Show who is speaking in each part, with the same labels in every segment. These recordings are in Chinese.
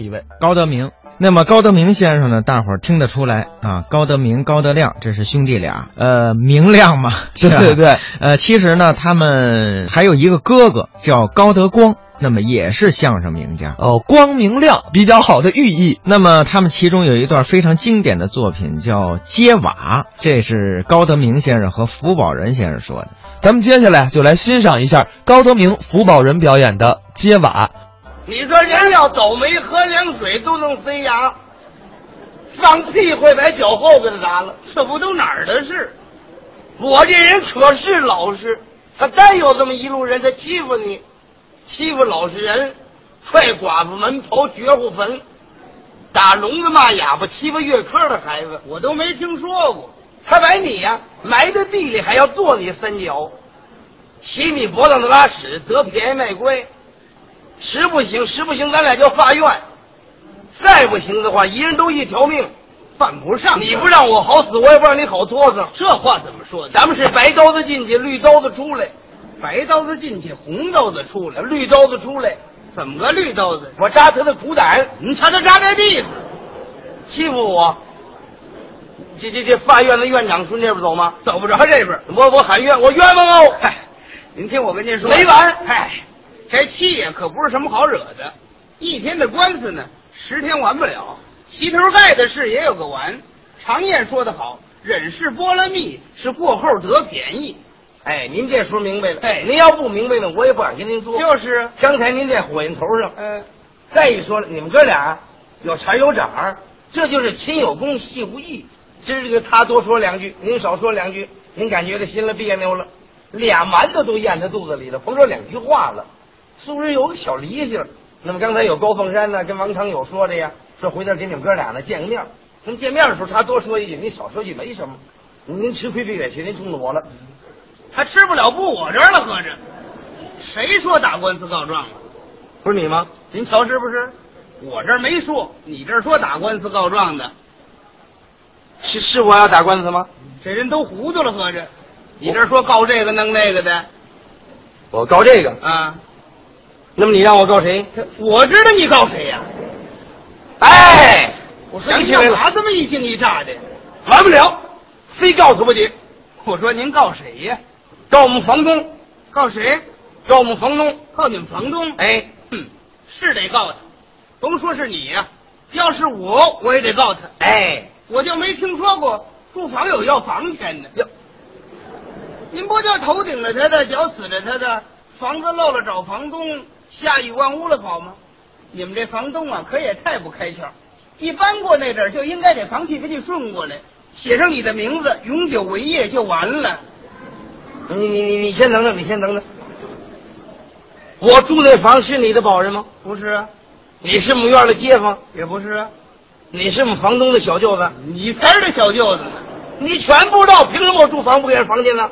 Speaker 1: 一位高德明。那么高德明先生呢，大伙儿听得出来啊，高德明、高德亮这是兄弟俩，呃，明亮嘛，是吧
Speaker 2: 对对对，
Speaker 1: 呃，其实呢，他们还有一个哥啊哥叫高德光，那么也是相声名家。
Speaker 2: 哦，光明亮比较好的寓意。
Speaker 1: 那么他们其中有一段非常经典的作品叫《揭瓦》，这是高德明先生和福保仁先生说的。
Speaker 2: 咱们接下来就来欣赏一下呃高德明、福保人表演的《揭瓦
Speaker 3: 你这人要倒霉，喝凉水都能塞牙，放屁会把脚后跟子砸了，这不都哪儿的事？我这人可是老实，他单有这么一路人，他欺负你，欺负老实人，踹寡妇门，刨绝户坟，打聋子骂哑巴，欺负月科的孩子，我都没听说过。他把你呀、埋在地里，还要跺你三脚，骑你脖子上拉屎，得便宜卖乖。实不行，实不行，咱俩就发愿。再不行的话，一人都一条命，犯不上。你不让我好死，我也不让你好脱死。这话怎么说？咱们是白刀子进去，绿刀子出来；白刀子进去，红刀子出来；绿刀子出来，怎么个绿刀子？我扎他的苦胆，你瞧他扎在地上，欺负我。这这这法院的院长从这边走吗？走不着这边。我我喊冤，我冤枉哦！嗨，您听我跟您说，没完。嗨，这气呀可不是什么好惹的，一天的官司呢，十天完不了。齐头盖的事也有个完。常言说得好，忍是波了蜜，是过后得便宜。哎，您这说明白了。哎，您要不明白呢，我也不敢跟您说。就是，刚才您在火焰头上，嗯，再一说了，你们哥俩有茬有掌儿，这就是亲有功，戏无义。今个他多说两句，您少说两句，您感觉这心里别扭了，俩馒头都咽在肚子里了，甭说两句话了。苏轼有个小理性。那么刚才有高凤山呢，跟王长友说的呀，说回头给你们哥俩呢见个面儿。那么见面的时候，他多说一句，你少说一句没什么。您吃亏别委屈，您冲着我了。他吃不了布我这儿了，合着。谁说打官司告状了？不是你吗？您瞧是不是？我这儿没说，你这儿说打官司告状的。是是我要打官司吗？这人都糊涂了，合着。你这儿说告这个弄那个的，》，
Speaker 2: 我告这个
Speaker 3: 啊。那么你让我告谁？我知道你告谁呀、哎，我
Speaker 2: 想起来了
Speaker 3: 咋这么一惊一乍的？完不了，非告诉不得。我说您告谁呀、告我们房东。告谁？告我们房东。告你们房东？哎，嗯，是得告他。甭说是你呀、要是我，我也得告他。哎，我就没听说过住房有要房钱的。您不就头顶着他的，脚死着他的，房子漏了找房东，下雨忘屋了跑吗？你们这房东啊，可也太不开窍！一搬过那阵儿就应该给房契给你顺过来，写上你的名字，永久为业就完了。你你你你先等等，你先等等。我住那房是你的保人吗？不是啊。你是我们院的街坊？也不是啊。你是我们房东的小舅子？你才是小舅子呢！你全不知道，凭什么我住房不给人房间呢？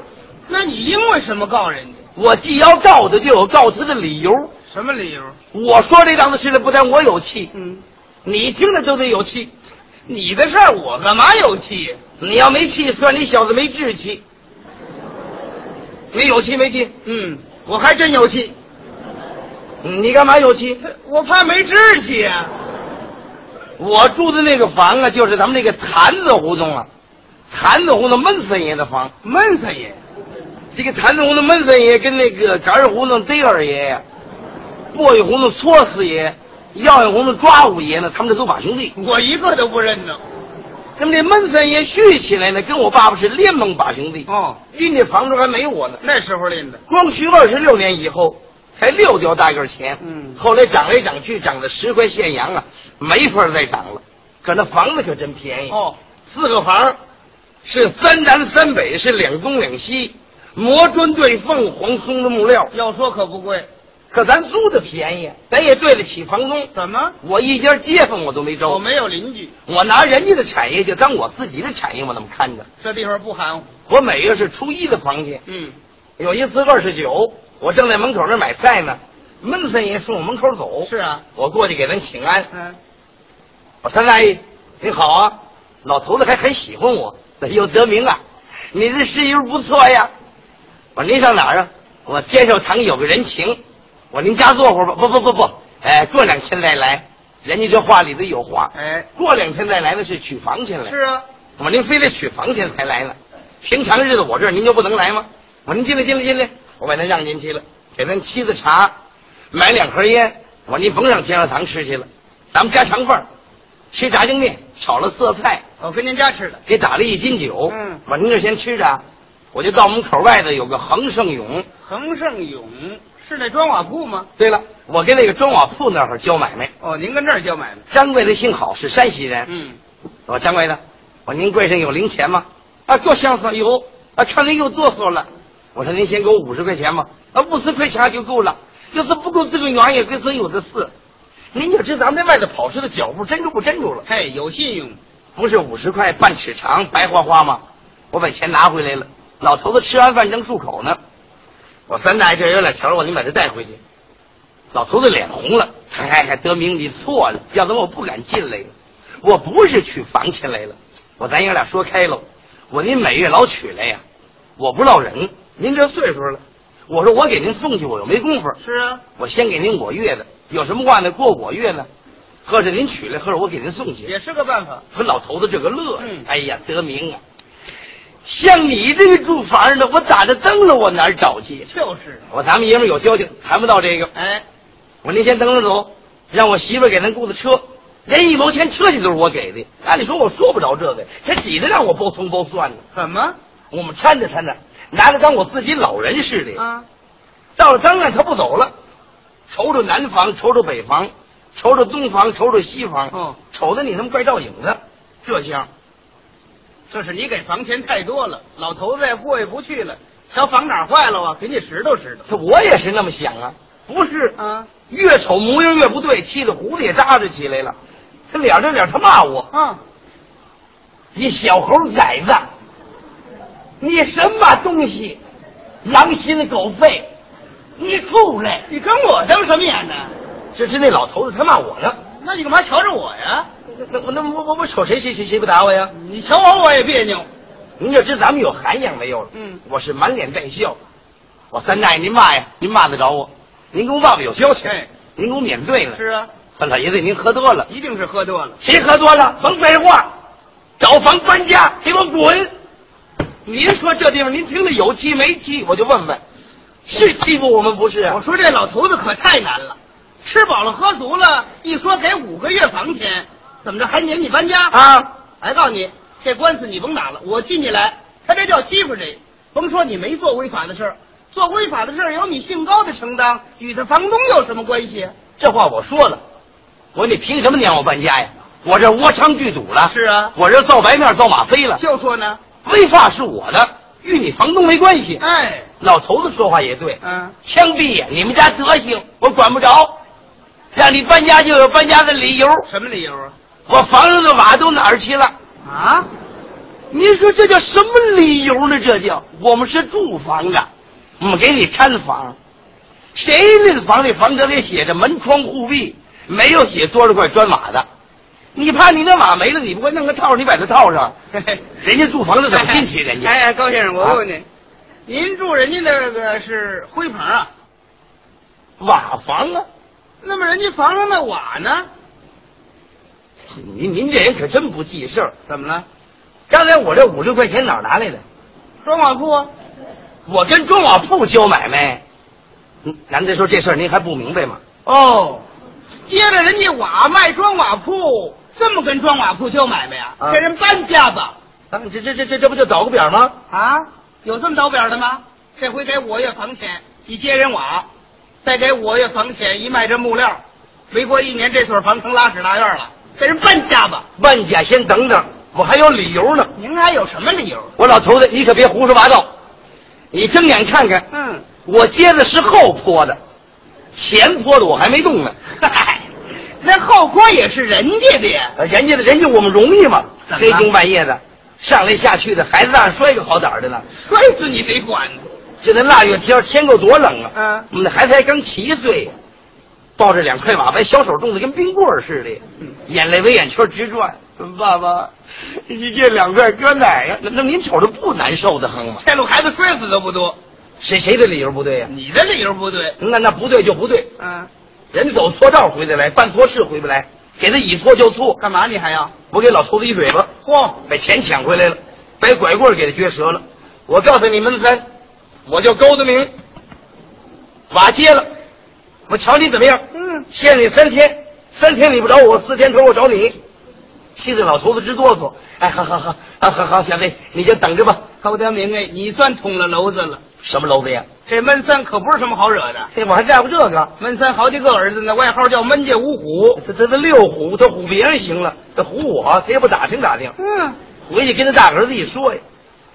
Speaker 3: 那你因为什么告人家？我既要告他，就有告他的理由。什么理由？我说这档子事了，不但我有气，嗯，你听着就得有气。你的事儿我干嘛有气？你要没气，算你小子没志气。你有气没气？嗯，我还真有气。嗯你干嘛有气？我怕没志气啊。我住的那个房啊，就是咱们那个坛子胡同啊，坛子胡同闷三爷的房。闷三爷，这个坛子胡同闷三爷跟那个杆儿胡同逮二爷呀，墨雨胡同搓四爷，药眼胡同抓五爷呢，他们这都把兄弟。我一个都不认得。那么这闷三爷续起来呢，跟我爸爸是联盟把兄弟。哦，运这房子还没我呢，那时候练的。光绪二十六年以后，才六吊大个儿钱。嗯，后来涨来涨去，涨到十块现洋啊，没法再涨了。可那房子可真便宜哦，四个房，是三南三北，是两东两西，磨砖对缝，黄松的木料。要说可不贵，可咱租的便宜，咱也对得起房东。怎么？我一家街坊我都没招，我没有邻居，我拿人家的产业就当我自己的产业，我那么看着。这地方不含糊。我每月是初一的房钱，嗯，有一次二十九，我正在门口那儿买菜呢，闷森爷顺我门口走，是啊，我过去给人请安，嗯，我哦说三大爷您好啊，老头子还很喜欢我，哎呦德明啊，你这事由不错呀，我说您上哪儿啊？我天寿堂有个人情，我说您家坐会儿吧，不不不不，哎，过两天再来。人家这话里头有话。
Speaker 4: 哎，
Speaker 3: 过两天再来呢是取房钱来，
Speaker 4: 是啊，
Speaker 3: 我说您非得取房钱才来呢？平常日子我这儿您就不能来吗？我说您进来进来进来，我把他让进去了，给咱沏的茶，买两盒烟。我说您甭上天上堂吃去了，咱们家常饭儿，吃炸酱面，炒了色菜，
Speaker 4: 我跟您家吃的。
Speaker 3: 给打了一斤酒。
Speaker 4: 嗯
Speaker 3: 我说您这先吃着啊，我就到我们口外头有个恒盛永。
Speaker 4: 恒盛永是那砖瓦铺吗？
Speaker 3: 对了，我跟那个砖瓦铺那会儿交买卖，
Speaker 4: 哦，您跟这儿交买卖。
Speaker 3: 张贵的姓郝，是山西人。
Speaker 4: 嗯，
Speaker 3: 我说张贵哦的，我说您柜上有零钱吗？啊，够相思有。啊，看您又哆嗦了。我说您先给我五十块钱吧，啊，五十块钱就够了。要是不够这个元也跟孙有的是。您就知咱们在外头跑车的脚步真住不真住了，
Speaker 4: 嘿，有信用。
Speaker 3: 不是五十块半尺长白花花吗？我把钱拿回来了，老头子吃完饭正漱口呢。我三大爷这儿有俩钱儿，我您把他带回去。老头子脸红了，嗨嗨嗨，德明你错了，要不然我不敢进来了。我不是取房钱来了，我咱爷俩说开喽。我您每月老取来呀、我不落人。您这岁数了，我说我给您送去，我又没工夫。
Speaker 4: 是啊，
Speaker 3: 我先给您我月的，有什么话呢？过我月呢，或者您取来，或者我给您送去。
Speaker 4: 也是个办法。
Speaker 3: 我老头子这个乐，
Speaker 4: 嗯
Speaker 3: 哎呀，德明啊，像你这个住房的，我打着灯笼我哪儿找去？
Speaker 4: 就是。
Speaker 3: 我咱们爷们儿有交情，谈不到这个。
Speaker 4: 哎，
Speaker 3: 我您先等着走，让我媳妇儿给咱雇的车，连一毛钱车钱都是我给的。按理说我说不着这个，他挤得让我包葱包蒜的。
Speaker 4: 怎么？
Speaker 3: 我们搀着搀着，拿着当我自己老人似的。
Speaker 4: 啊，
Speaker 3: 到了当院，他不走了，瞅瞅南房，瞅瞅北房，瞅瞅东房，瞅瞅西房，
Speaker 4: 哦，
Speaker 3: 瞅着你他妈怪照影的，这相。
Speaker 4: 这是你给房钱太多了，老头子也过意不去了。瞧房哪儿坏了啊，给你拾掇拾掇。
Speaker 3: 这我也是那么想啊，不是
Speaker 4: 啊
Speaker 3: 越瞅模样越不对，气得胡子也扎着起来了。他脸这脸他骂我，
Speaker 4: 啊，
Speaker 3: 你小猴崽子，你什么东西，狼心狗肺，你出来！
Speaker 4: 你跟我瞪什么眼呢？
Speaker 3: 这是那老头子他骂我呢，
Speaker 4: 那你干嘛瞧着我呀？
Speaker 3: 那我那我我我瞅谁谁谁谁不打我呀？
Speaker 4: 你瞧我我也别扭。
Speaker 3: 您就知咱们有涵养没有了。
Speaker 4: 嗯
Speaker 3: 我是满脸带笑，我三大爷您骂呀，您骂得着我，您跟我爸爸有交情，
Speaker 4: 哎
Speaker 3: 您给我免罪了。
Speaker 4: 是啊，
Speaker 3: 老爷子您喝多了。
Speaker 4: 一定是喝多了。
Speaker 3: 谁喝多了？甭废话，找房搬家，给我滚！您说这地方您听着有气没气？我就问问，是欺负我们不是啊
Speaker 4: 我？说这老头子可太难了，吃饱了喝足了，一说给五个月房钱，怎么着还撵你搬家？
Speaker 3: 啊，
Speaker 4: 还告诉你，这官司你甭打了，我替你来。他这叫欺负谁？甭说你没做违法的事儿，做违法的事儿由你姓高的承担，与他房东有什么关系？啊
Speaker 3: 这话我说了，我说你凭什么撵我搬家呀？我这窝藏聚赌了，
Speaker 4: 是啊
Speaker 3: 我这造白面造马飞了，
Speaker 4: 就说呢，
Speaker 3: 违法是我的，与你房东没关系。
Speaker 4: 哎，
Speaker 3: 老头子说话也对，
Speaker 4: 嗯，
Speaker 3: 枪毙呀！你们家德行，我管不着，让你搬家就有搬家的理由。
Speaker 4: 什么理由啊？
Speaker 3: 我房上的瓦都哪儿去了？
Speaker 4: 啊，
Speaker 3: 您说这叫什么理由呢？这叫我们是住房的，我们给你看房，谁那房里房格里写着门窗户壁，没有写多少块砖瓦的。你怕你那瓦没了，你不会弄个套儿，你把它套上，
Speaker 4: 嘿嘿
Speaker 3: 人家住房的怎啊么进去？人家
Speaker 4: 哎哎，高先生，我问问您，您住人家那个是灰棚啊？
Speaker 3: 瓦房啊！
Speaker 4: 那么人家房上的瓦呢？
Speaker 3: 您您这人可真不记事儿。
Speaker 4: 怎么了？
Speaker 3: 刚才我这五十块钱哪儿拿来的？
Speaker 4: 砖瓦铺啊？
Speaker 3: 我跟砖瓦铺交买卖。嗯难道说这事儿您还不明白吗？
Speaker 4: 哦，接着人家瓦卖砖瓦铺，这么跟砖瓦铺交买卖呀、
Speaker 3: 啊
Speaker 4: 给人搬家吧？
Speaker 3: 啊，这这这这这不就倒个表吗？
Speaker 4: 啊，有这么倒表的吗？这回给我月房钱，一接人瓦，再给我月房钱，一卖这木料，没过一年这所房成拉屎大院了，给人搬家吧？
Speaker 3: 万家先等等，我还有理由呢。
Speaker 4: 您还有什么理由？
Speaker 3: 我老头子，你可别胡说八道，你睁眼看看，
Speaker 4: 嗯，
Speaker 3: 我接的是后坡的，前坡的我还没动呢。
Speaker 4: 嗨， 那后坡也是人家的呀。
Speaker 3: 呃人家的人家我们容易吗？
Speaker 4: 怎么
Speaker 3: 黑更半夜的，上来下去的，孩子让摔个好歹儿的呢。
Speaker 4: 摔死你谁管呢？
Speaker 3: 就那腊月天，天够多冷啊！
Speaker 4: 嗯
Speaker 3: 我们的孩子还刚七岁呀，抱着两块瓦白，小手冻得跟冰棍儿似的，
Speaker 4: 嗯
Speaker 3: 眼泪围眼圈直转。爸爸，你这两块搁哪儿呀？那那您瞅着不难受的很吗？
Speaker 4: 这路孩子摔死都不多，
Speaker 3: 谁谁的理由不对呀、
Speaker 4: 你的理由不对。
Speaker 3: 那那不对就不对，
Speaker 4: 嗯、
Speaker 3: 人走错道回得来，办错事回不来。给他以错就错。
Speaker 4: 干嘛你还要？
Speaker 3: 我给老头子一嘴巴，嚯，把钱抢回来了，把拐棍儿给他撅折了。我告诉你们三，我叫高德明，瓦接了，我瞧你怎么样？
Speaker 4: 嗯，
Speaker 3: 限你三天，三天你不找我，四天头我找你。气得老头子直哆嗦。哎，好好好，好好好，小子，你就等着吧。
Speaker 4: 高德明哎，你算捅了娄子了。
Speaker 3: 什么娄子呀？
Speaker 4: 这闷三可不是什么好惹的，
Speaker 3: 嘿，哎我还在乎这个。
Speaker 4: 闷三好几个儿子呢，外号叫闷家五虎。
Speaker 3: 这这这六唬他唬别人行了，他唬我，他也不打听打听。
Speaker 4: 嗯
Speaker 3: 回去跟他大儿子一说呀，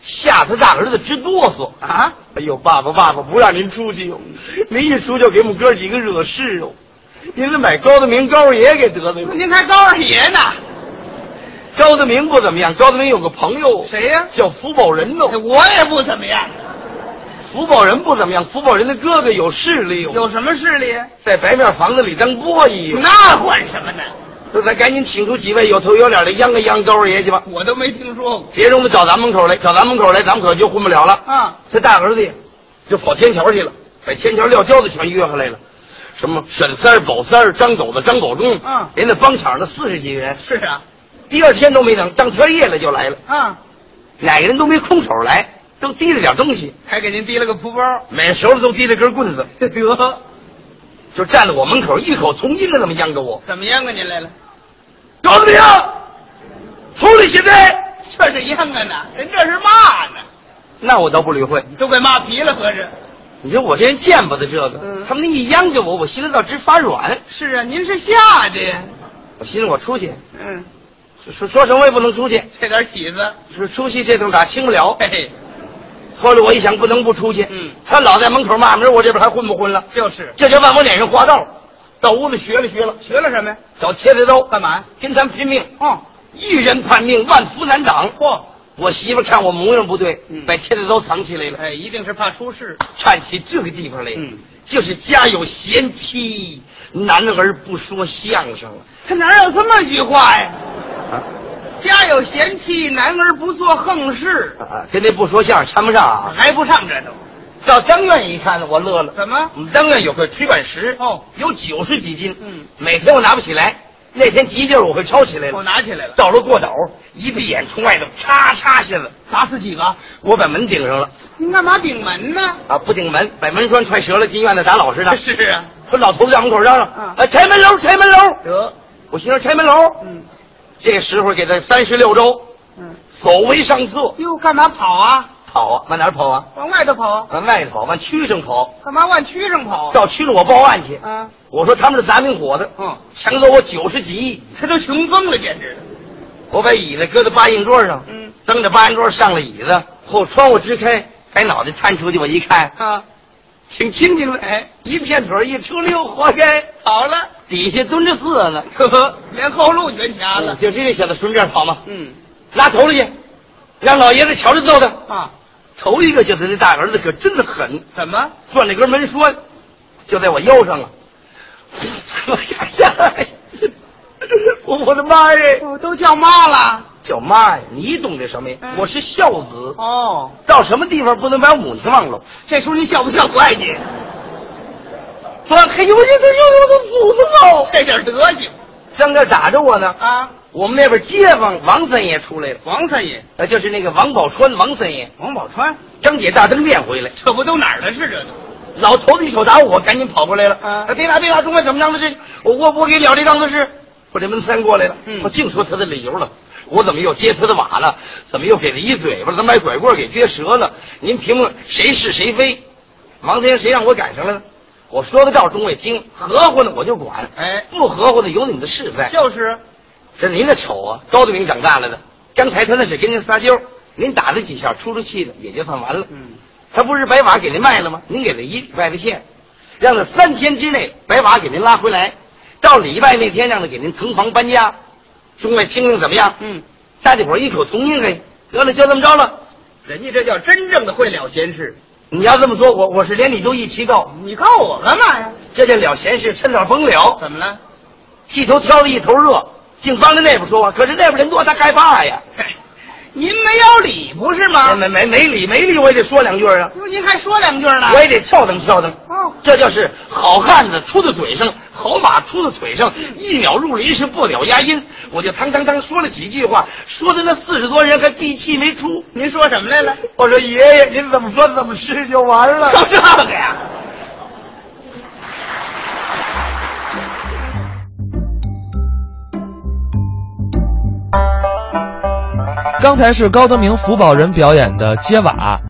Speaker 3: 吓他大儿子直哆嗦。
Speaker 4: 啊，
Speaker 3: 哎呦，爸爸，爸爸，不让您出去哟！您一出就给我们哥几个惹事哟！您是买高德明高二爷给得罪了。
Speaker 4: 您还高二爷呢？
Speaker 3: 高德明不怎么样，高德明有个朋友
Speaker 4: 谁呀、
Speaker 3: 叫福宝仁
Speaker 4: 哎
Speaker 3: 哦。
Speaker 4: 我也不怎么样，
Speaker 3: 福宝仁不怎么样，福宝仁的哥哥有势力哟，
Speaker 4: 有什么势力？
Speaker 3: 在白面房子里当 boy 哟。
Speaker 4: 那管什么呢？
Speaker 3: 那咱赶紧请出几位有头有脸的央个央高二爷去吧，
Speaker 4: 我都没听说过
Speaker 3: 别容他找咱门口来，找咱门口来，咱们可就混不了了。
Speaker 4: 啊！
Speaker 3: 这大儿子呀，就跑天桥去了，把天桥撂跤子全约回来了。什么沈三儿、宝三儿、张狗子、张狗忠，
Speaker 4: 嗯
Speaker 3: 连那帮场的四十几个人，
Speaker 4: 是啊，
Speaker 3: 第二天都没等，当天夜了就来了，
Speaker 4: 啊，
Speaker 3: 哪个人都没空手来，都提着点东西，
Speaker 4: 还给您提了个布包，哎
Speaker 3: 每手里都提着根棍子，
Speaker 4: 得
Speaker 3: 就站在我门口，一口从音的那么央着我
Speaker 4: 怎么样啊？您来了，：“
Speaker 3: 高德明，出来啊现在
Speaker 4: 这是样啊呢，人这是骂呢，！”
Speaker 3: 那我倒不理会，
Speaker 4: 都被骂皮了，合着。
Speaker 3: 你说我这人见不得这个，
Speaker 4: 嗯
Speaker 3: 他们那一央着我，我心里倒直发软，
Speaker 4: 是啊，您是下的呀。
Speaker 3: 我寻思我出去，
Speaker 4: 嗯，
Speaker 3: 说说什么我也不能出去，
Speaker 4: 这点起子，
Speaker 3: 说出去这顿打清不了。
Speaker 4: 嘿嘿，
Speaker 3: 后来我一想，不能不出去。
Speaker 4: 嗯，
Speaker 3: 他老在门口骂名，我这边还混不混了？
Speaker 4: 就是
Speaker 3: 这叫万我脸上划道。到屋里学了学了，
Speaker 4: 学了什么呀？
Speaker 3: 找切菜刀，
Speaker 4: 干嘛呀？
Speaker 3: 跟咱拼命。
Speaker 4: 哦，
Speaker 3: 一人叛命，万夫难挡。
Speaker 4: 嚯，
Speaker 3: 我媳妇看我模样不对，
Speaker 4: 嗯
Speaker 3: 把切菜刀藏起来了，
Speaker 4: 哎，一定是怕出事。
Speaker 3: 站起这个地方来，
Speaker 4: 嗯
Speaker 3: 就是家有贤妻，男儿不说相声了。
Speaker 4: 他哪有这么一句话呀？
Speaker 3: 啊
Speaker 4: 家有贤妻，男儿不做横事，
Speaker 3: 啊，跟那不说相声掺不上啊。
Speaker 4: 还不上这都？
Speaker 3: 到张院一看，我乐了。
Speaker 4: 怎么？
Speaker 3: 我们当啊院有块吹板石，
Speaker 4: 哦，
Speaker 3: 有九十几斤，
Speaker 4: 嗯，
Speaker 3: 每天我拿不起来，那天急劲儿我会抄起来
Speaker 4: 我
Speaker 3: 了，
Speaker 4: 拿起来了，
Speaker 3: 到了过斗，一闭眼从外头嚓嚓下子，
Speaker 4: 砸死几个？
Speaker 3: 我把门顶上了
Speaker 4: 你干嘛顶门呢？
Speaker 3: 啊，不顶门，把门栓踹折了，进院子打老实的。
Speaker 4: 是啊，
Speaker 3: 说老头子在门口嚷
Speaker 4: 嗯
Speaker 3: 嚷，哎，拆门楼，拆门楼！
Speaker 4: 得，
Speaker 3: 我心说拆门楼，
Speaker 4: 嗯
Speaker 3: 这时候给他三十六周，
Speaker 4: 嗯，
Speaker 3: 走为上策，
Speaker 4: 哟，干嘛跑啊？
Speaker 3: 跑啊，往哪儿跑啊？
Speaker 4: 往外头跑啊？
Speaker 3: 往外头跑，往区上跑，
Speaker 4: 干嘛往区上跑啊？
Speaker 3: 到区里我报案去。
Speaker 4: 啊，
Speaker 3: 我说他们是砸命火的，
Speaker 4: 嗯，
Speaker 3: 抢走我九十几亿。
Speaker 4: 他都穷疯了，简直。
Speaker 3: 我把椅子搁在八硬桌上，
Speaker 4: 嗯
Speaker 3: 蹬着八硬桌上了椅子，后窗户支开，把脑袋探出去，我一看，
Speaker 4: 啊，
Speaker 3: 挺清静的，
Speaker 4: 哎，
Speaker 3: 一片腿儿一出溜，活该
Speaker 4: 跑了，
Speaker 3: 底下蹲着四呢。
Speaker 4: 呵呵，连后路全掐
Speaker 3: 完了，
Speaker 4: 啊了。
Speaker 3: 就这小子顺便跑嘛，
Speaker 4: 嗯
Speaker 3: 拉头了去，让老爷子瞧着揍他。
Speaker 4: 啊，
Speaker 3: 头一个就是那大儿子，可真的狠，
Speaker 4: 怎么？
Speaker 3: 攥着根门栓，就在我腰上了。 哎呀，我我的妈呀！
Speaker 4: 我都叫妈了。
Speaker 3: 叫妈呀，你懂得什么呀？
Speaker 4: 嗯
Speaker 3: 我是孝子。
Speaker 4: 哦，
Speaker 3: 到什么地方不能把我母亲忘了？
Speaker 4: 这时候您孝不孝不爱你？
Speaker 3: 我嘿，我这这又我的祖宗哦！
Speaker 4: 这点德行
Speaker 3: 正这打着我呢，
Speaker 4: 啊！
Speaker 3: 我们那边街坊王三爷出来了，
Speaker 4: 王三爷，
Speaker 3: 呃，就是那个王宝川王三爷，
Speaker 4: 王宝钏，
Speaker 3: 张姐大灯店回来，
Speaker 4: 这不都哪儿的事？这都
Speaker 3: 老头子一手打我，赶紧跑过来了。
Speaker 4: 啊
Speaker 3: 哎别打别打，中外怎么样的事？我我我给了这档子事。我这门三过来了，
Speaker 4: 嗯
Speaker 3: 我净说他的理由了。我怎么又接他的瓦了？怎么又给他一嘴巴？怎么把拐棍给撅折了？您评论谁是谁非？王三爷谁让我赶上来了？我说个道，中尉听，合乎呢我就管，
Speaker 4: 哎
Speaker 3: 不合乎的有你们的事在。
Speaker 4: 就是
Speaker 3: 这您的丑啊，高德明长大了的。刚才他那是跟您撒娇，您打他几下出出气的，也就算完了。
Speaker 4: 嗯，
Speaker 3: 他不是白瓦给您卖了吗？您给他一礼拜的限，让他三天之内白瓦给您拉回来，到礼拜那天让他给您腾房搬家。中外听听怎么样？
Speaker 4: 嗯，
Speaker 3: 大家伙儿异口同音嘿，得了，就这么着了。
Speaker 4: 人家这叫真正的会了闲事。
Speaker 3: 你要这么说，我我是连你都一起告，
Speaker 4: 你告我干嘛嗯呀？
Speaker 3: 这叫了闲事，趁早甭了。
Speaker 4: 怎么了？
Speaker 3: 气头挑了一头热，净帮着那边说话，可是那边人多，他害怕呀。
Speaker 4: 嘿您没有理不是吗？
Speaker 3: 没没没理没理，我也得说两句啊，
Speaker 4: 不是您还说两句呢？
Speaker 3: 我也得跳腾跳腾。
Speaker 4: 哦，
Speaker 3: 这就是好汉子出在嘴上，好马出在腿上，一鸟入林是不鸟压阴。我就堂堂堂说了几句话，说的那四十多人还闭气没出。
Speaker 5: 您说什么来了？
Speaker 3: 我说爷爷，您怎么说怎么是就完了
Speaker 5: 就这个呀？
Speaker 1: 刚才是高德明、福宝人表演的接瓦，